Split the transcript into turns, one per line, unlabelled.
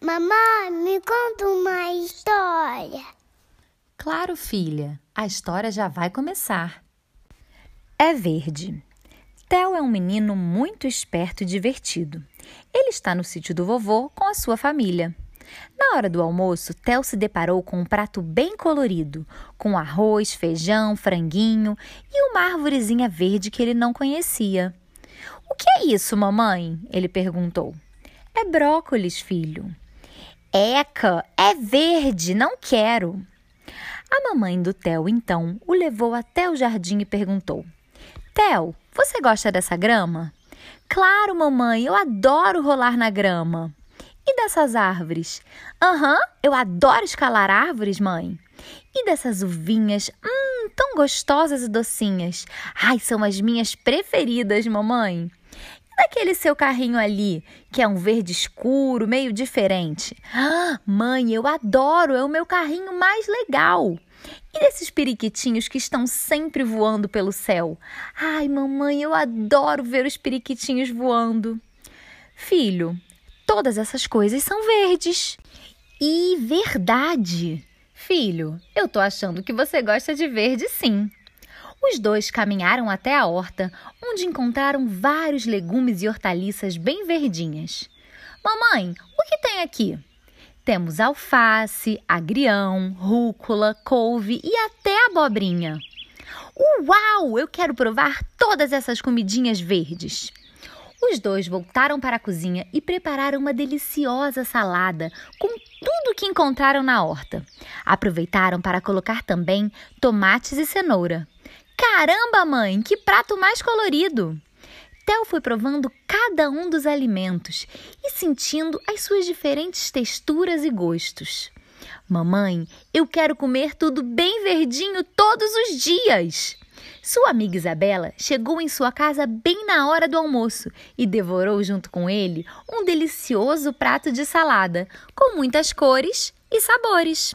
Mamãe, me conta uma história.
Claro, filha, a história já vai começar.
É verde. Theo é um menino muito esperto e divertido. Ele está no sítio do vovô com a sua família. Na hora do almoço, Theo se deparou com um prato bem colorido, com arroz, feijão, franguinho e uma árvorezinha verde que ele não conhecia. O que é isso, mamãe? ele perguntou. É brócolis, filho. Eca, é verde, não quero. A mamãe do Theo, então, o levou até o jardim e perguntou: Theo, você gosta dessa grama? Claro, mamãe, eu adoro rolar na grama. E dessas árvores? Aham, eu adoro escalar árvores, mãe. E dessas uvinhas? Hum, tão gostosas e docinhas. Ai, são as minhas preferidas, mamãe. E daquele seu carrinho ali, que é um verde escuro, meio diferente? Ah, mãe, eu adoro, é o meu carrinho mais legal. E desses periquitinhos que estão sempre voando pelo céu? Ai, mamãe, eu adoro ver os periquitinhos voando. Filho, todas essas coisas são verdes. E verdade! Filho, eu tô achando que você gosta de verde sim. Os dois caminharam até a horta, onde encontraram vários legumes e hortaliças bem verdinhas. Mamãe, o que tem aqui? Temos alface, agrião, rúcula, couve e até abobrinha. Uau! Eu quero provar todas essas comidinhas verdes. Os dois voltaram para a cozinha e prepararam uma deliciosa salada com tudo que encontraram na horta. Aproveitaram para colocar também tomates e cenoura. Caramba, mãe, que prato mais colorido! Theo foi provando cada um dos alimentos e sentindo as suas diferentes texturas e gostos. Mamãe, eu quero comer tudo bem verdinho todos os dias! Sua amiga Isabela chegou em sua casa bem na hora do almoço e devorou junto com ele um delicioso prato de salada com muitas cores e sabores.